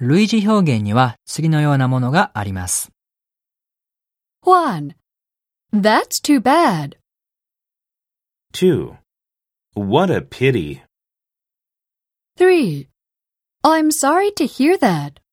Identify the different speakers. Speaker 1: 類似表現には次のようなものがあります。
Speaker 2: 1. That's too bad.
Speaker 3: 2. What a pity.
Speaker 2: 3. I'm sorry to hear that.